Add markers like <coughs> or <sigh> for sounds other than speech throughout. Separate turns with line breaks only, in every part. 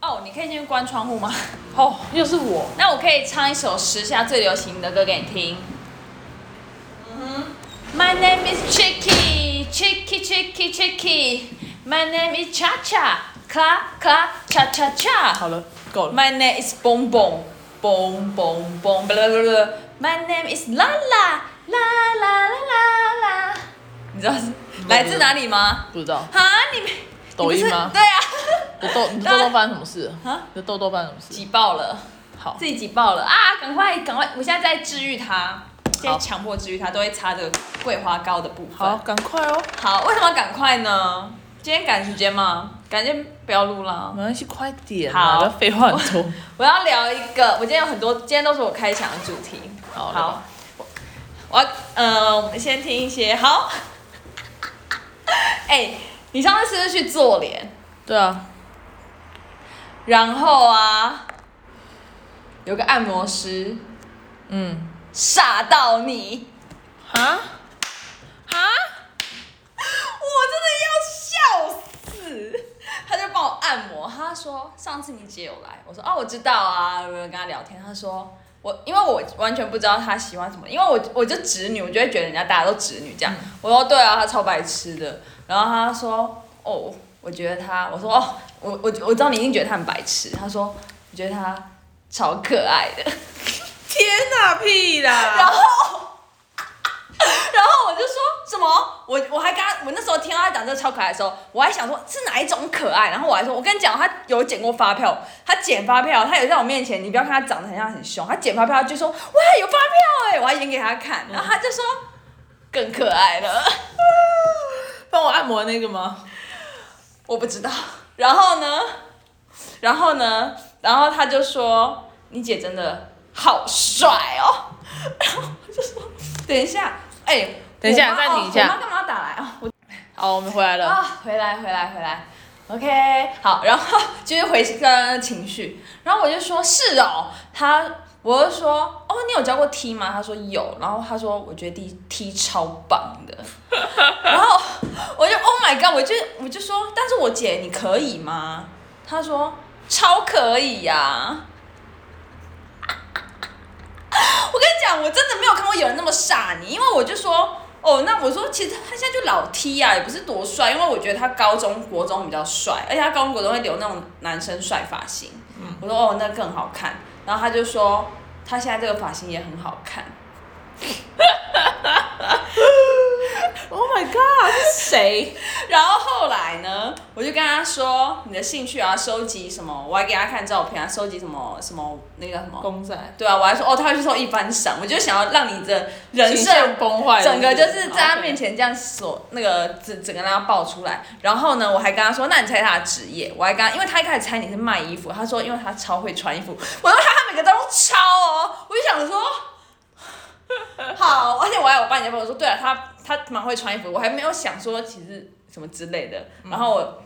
哦，你可以进去关窗户吗？ <laughs>
哦，又是我。
那我可以唱一首时下最流行的歌给你听。My name is Chicky, Chicky, Chicky, Chicky. My name is Cha Cha, Cla Cla Cha Cha Cha.
好了，够了。
My name is Bong Bong, Bong Bong Bong. Blah, blah, blah. My name is La La, La La La La La. 你知道是来自哪里吗？
不知道
啊，你没
抖音
你不是
吗
对啊，
你的痘你的痘痘发生什么事了？
啊
你的痘痘发生什么事？
挤爆了。
好
自，己挤爆了啊！赶快赶快，我现在在治愈它，现在
好
强迫治愈它，都会擦这个桂花膏的部分。
好，赶快哦。
好，为什么要赶快呢？今天赶时间嘛，赶时间不要录啦。
没关系，快点
好
啊，不要废话很多。
我要聊一个，我今天有很多，今天都是我开场的主题。
好来
好
吧，
我我要呃，我们先听一些好。 <laughs> 哎、你上次是不是去做脸？
<laughs> 对啊，
然后啊，有个按摩师
嗯，
傻到你。
啊啊，
我真的要笑死。他就帮我按摩，他说上次你姐有来，我说哦我知道啊，我有跟他聊天，他说我因为我完全不知道他喜欢什么，因为我我就直女，我就会觉得人家大家都直女这样，我说对啊，他超白痴的，然后他说哦，我觉得他，我说哦，我我我知道你一定觉得他很白痴，他说我觉得他超可爱的，
天哪，屁
然
啦！
后，然后我就说什么？我我还跟他，我那时候听到他讲这个超可爱的时候，我还想说是哪一种可爱。然后我还说，我跟你讲，他有剪过发票，他剪发票，他有在我面前，你不要看他长得很像很凶，他剪发票他就说哇有发票哎、我还演给他看，然后他就说更可爱了，
帮我按摩的那个吗？
我不知道。然后呢，然后呢，然后他就说你姐真的好帅哦， <laughs> 然后我就说等一下，哎、
等一下
我妈哦
暂停一下
我妈干嘛要打来啊？我
好，我们回来了。
啊，回来回来回来，OK，好，然后 <laughs> 继续回刚刚的情绪，然后我就说是哦，他，我就说哦，你有教过 T 吗？他说有，然后他说我觉得 T T 超棒的， <laughs> 然后我就 Oh my God，我就我就说，但是我姐你可以吗？他说超可以呀、我跟你讲，我真的没有看过有人那么傻你，因为我就说，哦，那我说其实他现在就老 T 啊，也不是多帅，因为我觉得他高中国中比较帅，而且他高中国中会留那种男生帅发型。
嗯
我说哦，那更好看。然后他就说他现在这个发型也很好看。 <laughs>
Oh my god，是谁？
然后后来呢，我就跟他说你的兴趣啊，收集什么？我还给他看照片啊，收集什么什么那个什么。
公仔。
对啊，我还说哦，他会去受一番赏，我就想要让你的人
形
设
象崩坏了，
整个就是在他面
前。
前这样所那个整整个让他爆出来，然后呢，我还跟他说，那你猜他的职业？我还跟他，因为他一开始猜你是卖衣服，他说因为他超会穿衣服，我说他他每个都超哦，我就想说，好，而且我还有帮人家朋友说，对了，他他蛮会穿衣服，我还没有想说其实什么之类的，然后我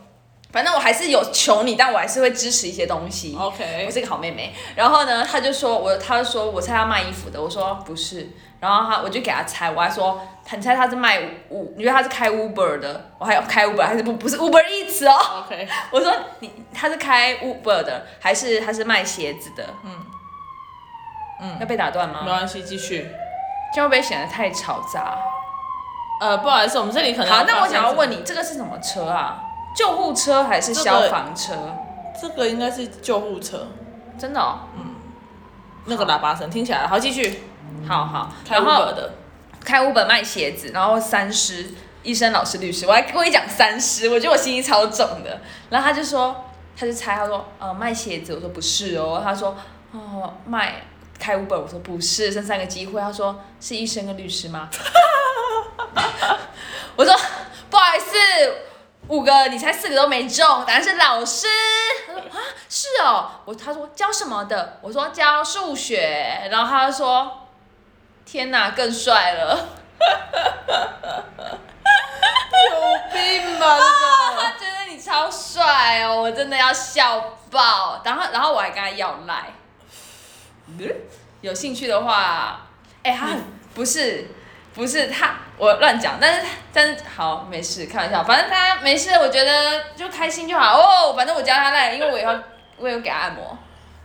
反正我还是有求你，但我还是会支持一些东西。我
OK，
是个好妹妹。然后呢，她就说我，她就说我猜她卖衣服的，我说不是。然后她我就给她猜，我还说她你猜她是卖五，你觉得她是开 Uber 的？我还要开 Uber 还是不不是 Uber Eats 哦？ <laughs>
OK，
我说你她是开 Uber 的，还是她是卖鞋子的？嗯嗯，要被打断
没
吗？
关系，继续。
这样会不会显得太嘈杂？
呃，不好意思，我们这里可能
好，那我想要问
你，
你，这个是什么车啊？救护车还是
这个
消防车？
这个应该是救护车，
真的、哦，
那个喇叭声听起来了，好，继续。
好好。
嗯开
然
u
后
b 的，
开 Uber 卖鞋子，然后三师医生、老师、律师，我还故意讲三师，我觉得我心机超重的。然后他就说，他就猜，他说呃卖鞋子，我说不是哦，他说哦卖开 Uber，我说不是，剩三个机会，他说是医生跟律师吗？ <laughs> 我说不好意思，五个你猜四个都没中，答案是老师。他说啊是哦，我他说教什么的，我说教数学，然后他就说天哪更帅了。
有病吧 <laughs> 这个？
他觉得你超帅哦，我真的要笑爆。然后，然后我还跟他要赖。
嗯
有兴趣的话，哎、他很不是不是他，我乱讲，但是但是好没事，开玩笑，反正他没事，我觉得就开心就好哦。反正我加他赖，因为我以后我有 <laughs> 给他按摩，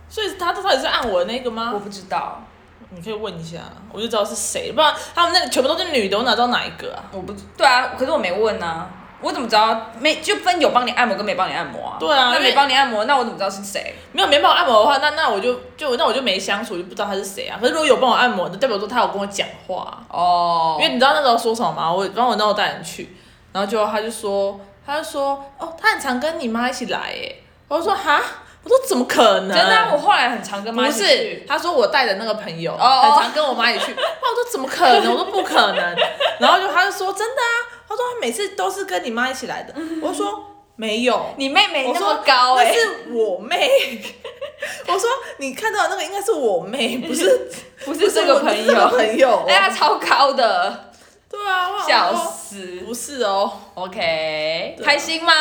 所以他到底是按我的那个吗
我？不知道，
你可以问一下，我就知道是谁，不然他们那个全部都是女的，我哪知道哪一个啊？
我不对啊，可是我没问啊，我怎么知道没就分有帮你按摩跟没帮你按摩啊？
对啊
那
因为
没帮你按摩，那我怎么知道是谁？
没有没帮我按摩的话，那那我就就那我就没相处，我就不知道他是谁啊。可是如果有帮我按摩的，代表说他有跟我讲话啊、
哦，
因为你知道那时候说什么吗？我然后我那时候带人去，然后就他就说，他就说，哦，他很常跟你妈一起来耶。我就说哈，我说怎么可能？
真的啊、我后来很常跟妈
不
一起
是
去，，
他说我带的那个朋友
哦
很常跟我妈一起去。 <laughs> 那我说怎么可能？我说不可能。然后就他就说真的啊，他说他每次都是跟你妈一起来的。我说没有，
你妹妹嗯
我
那
说
么高哎、
那是我妹。 <laughs> 我说你看到的那个应该是我妹，不
<laughs>
是
不
不
是这个
我
朋
这个
友，
朋友。
<laughs> 哎呀，超高的，
对啊，我想
笑
说
死。
不是哦，
OK，
对啊
开心吗？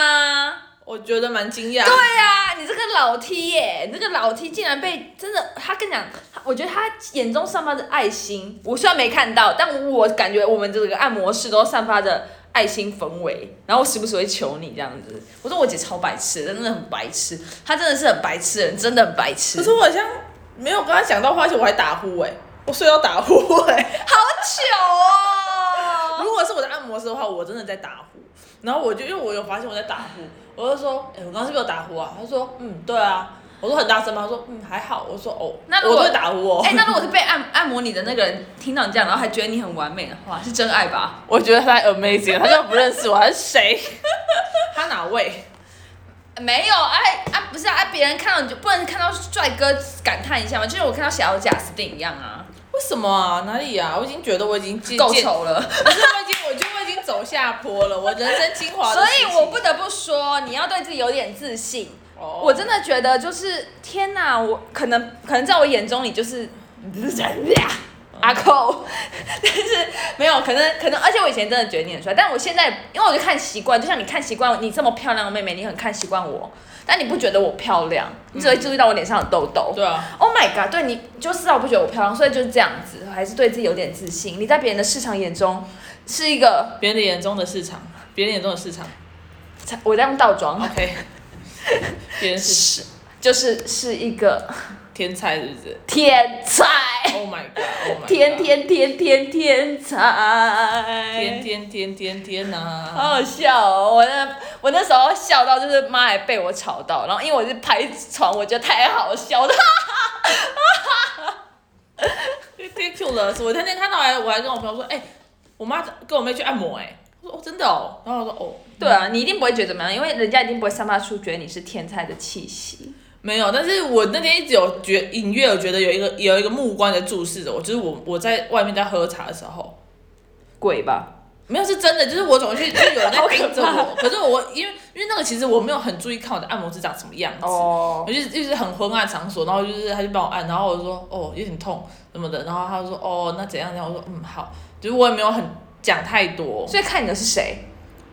我觉得蛮惊讶。
对呀、啊你这个老 T 耶、你这个老 T 竟然被真的，他跟你讲，他我觉得他眼中散发着爱心。我虽然没看到，但我感觉我们这个按摩室都散发着爱心氛围。然后时不时会求你这样子。我说我姐超白痴，真的很白痴，她真的是很白痴的人，真的很白痴。
可是我好像没有跟他讲到话，而且我还打呼哎、我睡到打呼哎、
好糗哦！
<laughs> 如果是我在按摩师的话，我真的在打呼。然后我就因为我有发现我在打呼，我就说，哎、我刚刚是不是有打呼啊？他说，嗯，对啊。我说很大声吗？他说，嗯，还好。我说，哦，
那如
我
果
都会打呼哦。
哎、那如果是被按按摩你的那个人听到你这样，然后还觉得你很完美的话，是真爱吧？
我觉得他 amazing，他就不认识我，他是谁？他哪位？
没有，哎啊，不是啊，别人看到你就不能看到帅哥感叹一下吗？就像我看到小贾斯汀一样啊，
为什么啊？哪里啊？我已经觉得我已经渐
够
渐，
丑了。
不是我已经，我觉得我已经走下坡了，我人生精华的
所
时期。
以我不得不说，你要对自己有点自信。
哦，
我真的觉得就是天哪，我可能可能在我眼中你就是 <laughs> 阿扣， <laughs> 但是没有可能可能，而且我以前真的觉得你很帅，但我现在因为我就看习惯，就像你看习惯你这么漂亮的妹妹，你很看习惯我，但你不觉得我漂亮，你只会注意到我脸上有痘痘。
对啊，
Oh my god！对你就丝毫不觉得我漂亮，所以就是这样子，还是对自己有点自信。你在别人的市场眼中是一个，
别人的眼中的市场，别人眼中的市场
我在用倒装， <laughs>
，OK，别人是
是就是是一个
天才是不是
天才，
？Oh my god，Oh my god，
天天天天天才，
天天天天天呐、啊！
好好笑哦！我那我那时候笑到就是妈还被我吵到，然后因为我是拍床，我觉得太好笑了。 <laughs>
ridiculous！我那天看到还我还跟我朋友说，哎、我妈跟我妹去按摩、哎，我说哦真的哦，然后我说哦
对啊，你一定不会觉得怎么样，因为人家一定不会散发出觉得你是天才的气息。
没有，但是我那天一直有觉隐约有觉得有一个有一个目光在注视着我，就是我我在外面在喝茶的时候，
鬼吧？
没有是真的，就是我总去就是有人在
好可
盯着
怕
我，可是我因为因为那个其实我没有很注意看我的按摩师长什么样子。
哦
我就是就是很昏暗的场所，然后就是他就帮我按，然后我就说哦有点痛什么的，然后他就说哦那怎样怎样，我说嗯好，就是我也没有很讲太多，
所以看你的是谁？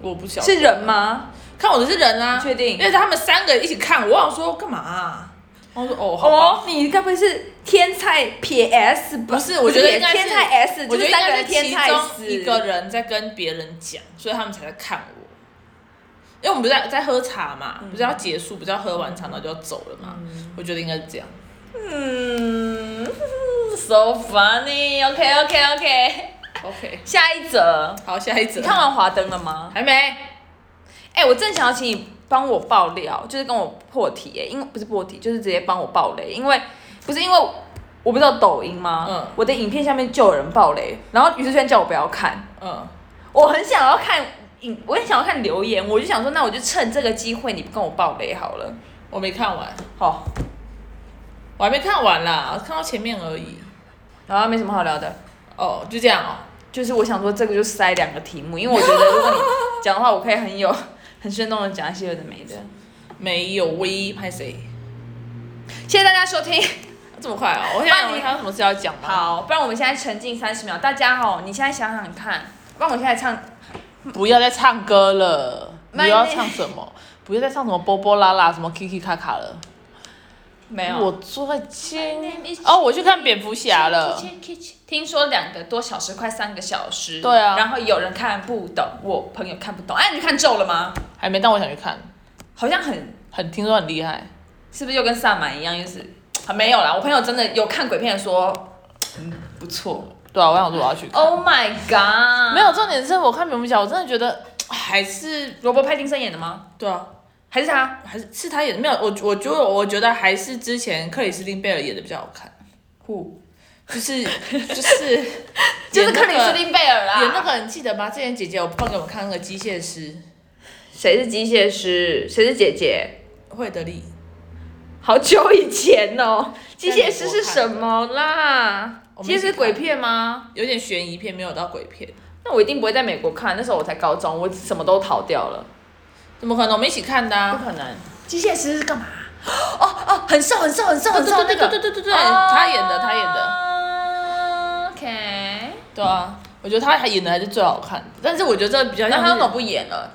我不晓得
是人吗？
看我的是人啊，
你确定
因为他们三个一起看，我想说干嘛、啊，然后我说哦好吧，
哦，你该不会是天才 PS 吧？
不是我觉得应该是
天才 S，
我
就是
觉得应
三个人
该是其
天才
中
S
一个人在跟别人讲，所以他们才在看我。因为我们不是在在喝茶嘛，
嗯
不是要结束，不是要喝完茶然后就要走了嘛？我觉得应该是这样。
嗯，so funny。OK OK OK，
OK，
下一则，
好，下一则
你看完华灯了吗？
还没？
哎、我正想要请你帮我爆料，就是跟我破题、哎，因为不是破题，就是直接帮我爆雷，因为不是因为我不知道抖音吗？
嗯
我的影片下面就有人爆雷，然后于是轩叫我不要看。
嗯。
我很想要看影，我很想要看留言，我就想说，那我就趁这个机会，你跟我爆雷好了。
我没看完，
好，
我还没看完啦，看到前面而已。
然后没什么好聊的，
哦，就这样哦。
就是我想说这个就塞两个题目，因为我觉得如果你讲的话，我可以很有很生动的讲一些有的没的。
没有 V 拍谁？
谢谢大家收听。
这么快哦！我想
那
想，
你
还有什么事要讲吗？
好，不然我们现在沉浸三十秒，大家哦，你现在想想看，不然我现在唱
不要再唱歌了，你
慢
又要
点
唱什么？不要再唱什么波波拉拉、什么 Kiki 卡卡了。
没
我
有？
最近
My name is
哦，我去看蝙蝠侠了。
听说两个多小时，快三个小时。
对啊
然后有人看不懂，我朋友看不懂。哎、你看咒了吗？
还没，但我想去看，
好像很
很听说很厉害。
是不是又跟萨满一样，就是啊没有啦？我朋友真的有看鬼片说，嗯，不错。
对啊，我想说我要去看。
Oh my god！
没有，重点是我看《蝙蝠侠》，我真的觉得还是
罗伯·派丁森演的吗？
对啊，
还是他？
还是是他演的没有，我我觉得我觉得还是之前克里斯汀贝尔演的比较好看，
酷，
就是就是
就是克里斯汀贝尔啦。
演那个你记得吗？之前姐姐有放给我们看那个机械师
谁是机械师？谁是姐姐？
惠德利，
好久以前 <laughs> 哦，机械师
在美国
是什么啦？
我们
机
一
械
起
师
看
鬼片吗？
有点悬疑片，没有到鬼片，
那我一定不会在美国看，那时候我才高中，我什么都逃掉了，
怎么可能？我们一起看的、
不
啊。
可能。机械师是干嘛？哦哦，很瘦很瘦很瘦
对
很瘦
对
那
对
个，
对对对对对，他演的
哦
他演的，。
OK，
对啊，我觉得他还演的还是最好看的，但是我觉得这比较像
那
是，
他怎么不演了？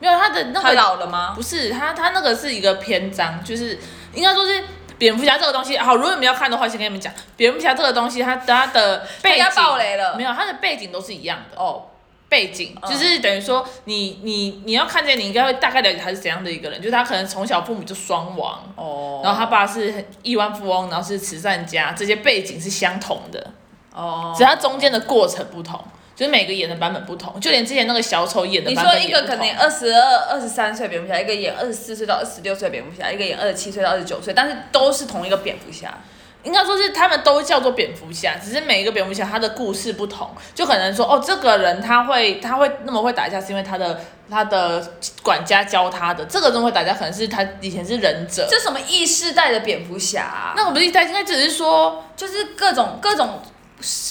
没有他的那
他
个
老了吗？
不是他，他那个是一个篇章，就是应该说是蝙蝠侠这个东西。好，如果你们要看的话，先跟你们讲，蝙蝠侠这个东西，它它的
被
背
人
景
家爆雷了
没有，它的背景都是一样的哦。背景
嗯
就是等于说你，你你要看见你应该会大概了解他是怎样的一个人，就是他可能从小父母就双亡，
哦
然后他爸是很亿万富翁，然后是慈善家，这些背景是相同的，
哦
只是，他中间的过程不同，就是每个演的版本不同，就连之前那个小丑演的
你
版
说
本也
一个
不
可
同
能二十二、二十三岁蝙蝠侠，一个演二十四岁到二十六岁蝙蝠侠，一个演二十七岁到二十九岁，但是都是同一个蝙蝠侠。
应该说是他们都叫做蝙蝠侠，只是每一个蝙蝠侠他的故事不同，就可能说哦，这个人他会他会那么会打架，是因为他的他的管家教他的，这个人会打架可能是他以前是忍者，
这什么异世代的蝙蝠侠啊、
那个不是一代，应该只是说，
就是各种各种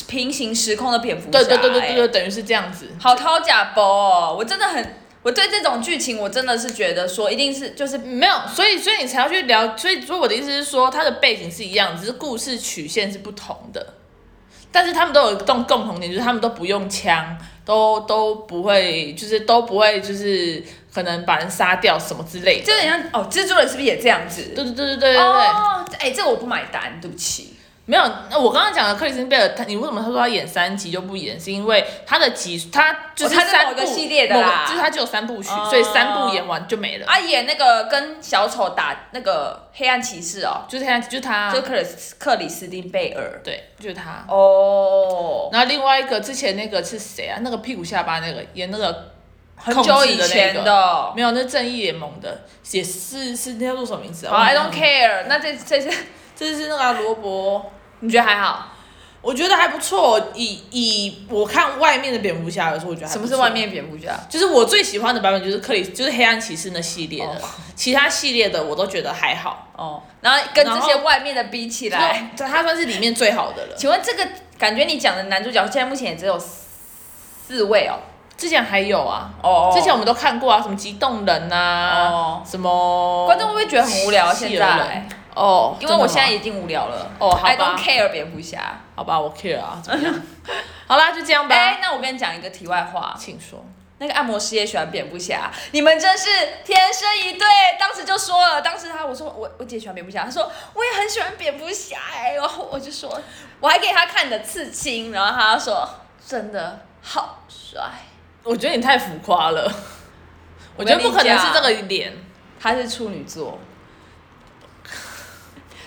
平行时空的蝙蝠侠、
对对对对对
哎，
对，等于是这样子。
好掏假包哦！我真的很，我对这种剧情我真的是觉得说，一定是就是
没有，所以所以你才要去聊，所以所以我的意思是说，它的背景是一样，只是故事曲线是不同的，但是他们都有共共同点，就是他们都不用枪，都都不会，就是都不会，就是可能把人杀掉什么之类的。
就有点像哦，蜘蛛人是不是也这样子？
对对对对对对对，
哦，哎、这个我不买单，对不起。
没有。那我刚刚讲的克里斯汀贝尔，他你为什么他说他演三集就不演？是因为他的集他就是
哦他是
三
某
部、
个系列的啦
某个就是他只有三部曲，
哦
所以三部演完就没了。
啊，演那个跟小丑打那个黑暗骑士哦，
就是他，就是他，
就是克里斯克里斯汀贝尔。
啊对，就是他。
哦，
然后另外一个之前那个是谁啊？那个屁股下巴那个演那个
很久以前
控制
的
的
哦。
没有，那正义联盟的也是是那叫做什么名字啊？
好，I don't
忘记
care。那这这些
这是那个啊罗伯，
你觉得还好？
我觉得还不错。以以我看外面的蝙蝠侠来说，我觉得还
什
不
么
错
是外？面蝙蝠侠？
就是我最喜欢的版本就是克里，就是黑暗骑士那系列的
哦，
其他系列的我都觉得还好。
哦，然后跟这些
然
外面的比起来，
就它算是里面最好的了。
请问这个感觉你讲的男主角现在目前也只有四位哦。
之前还有啊，
哦
之前我们都看过啊，什么激动人啊，
哦，
什么
观众会不会觉得很无聊？
企
现
鹅
在
人，哦，
因为我
真的吗
现在已经无聊了。
哦好吧
i don't care 蝙蝠侠。
好吧，我 care 啊，怎么
<laughs>
样？好啦，就这样吧。
哎，那我跟你讲一个题外话，
请说。
那个按摩师也喜欢蝙蝠侠，你们真是天生一对。当时就说了，当时他我说我我姐喜欢蝙蝠侠，她说我也很喜欢蝙蝠侠哎、然后我就说我还给他看你的刺青，然后他说真的好帅，
我觉得你太浮夸了，我觉得不可能是这个脸。
他是处女座， <laughs>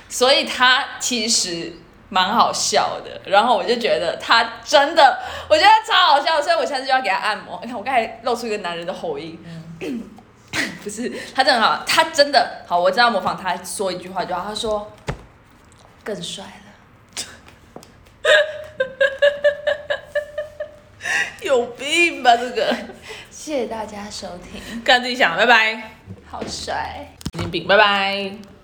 所以他其实蛮好笑的。然后我就觉得他真的，我觉得他超好笑，所以我下次就要给他按摩。你看我刚才露出一个男人的喉音。嗯 <coughs> 不是，他真的很好，他真的好，我真的要模仿他说一句话就好。他说：“更帅了。
有病吧这
<laughs>
个？”
谢谢大家收听，
看自己想，拜拜。
好帅。
神经病，拜拜。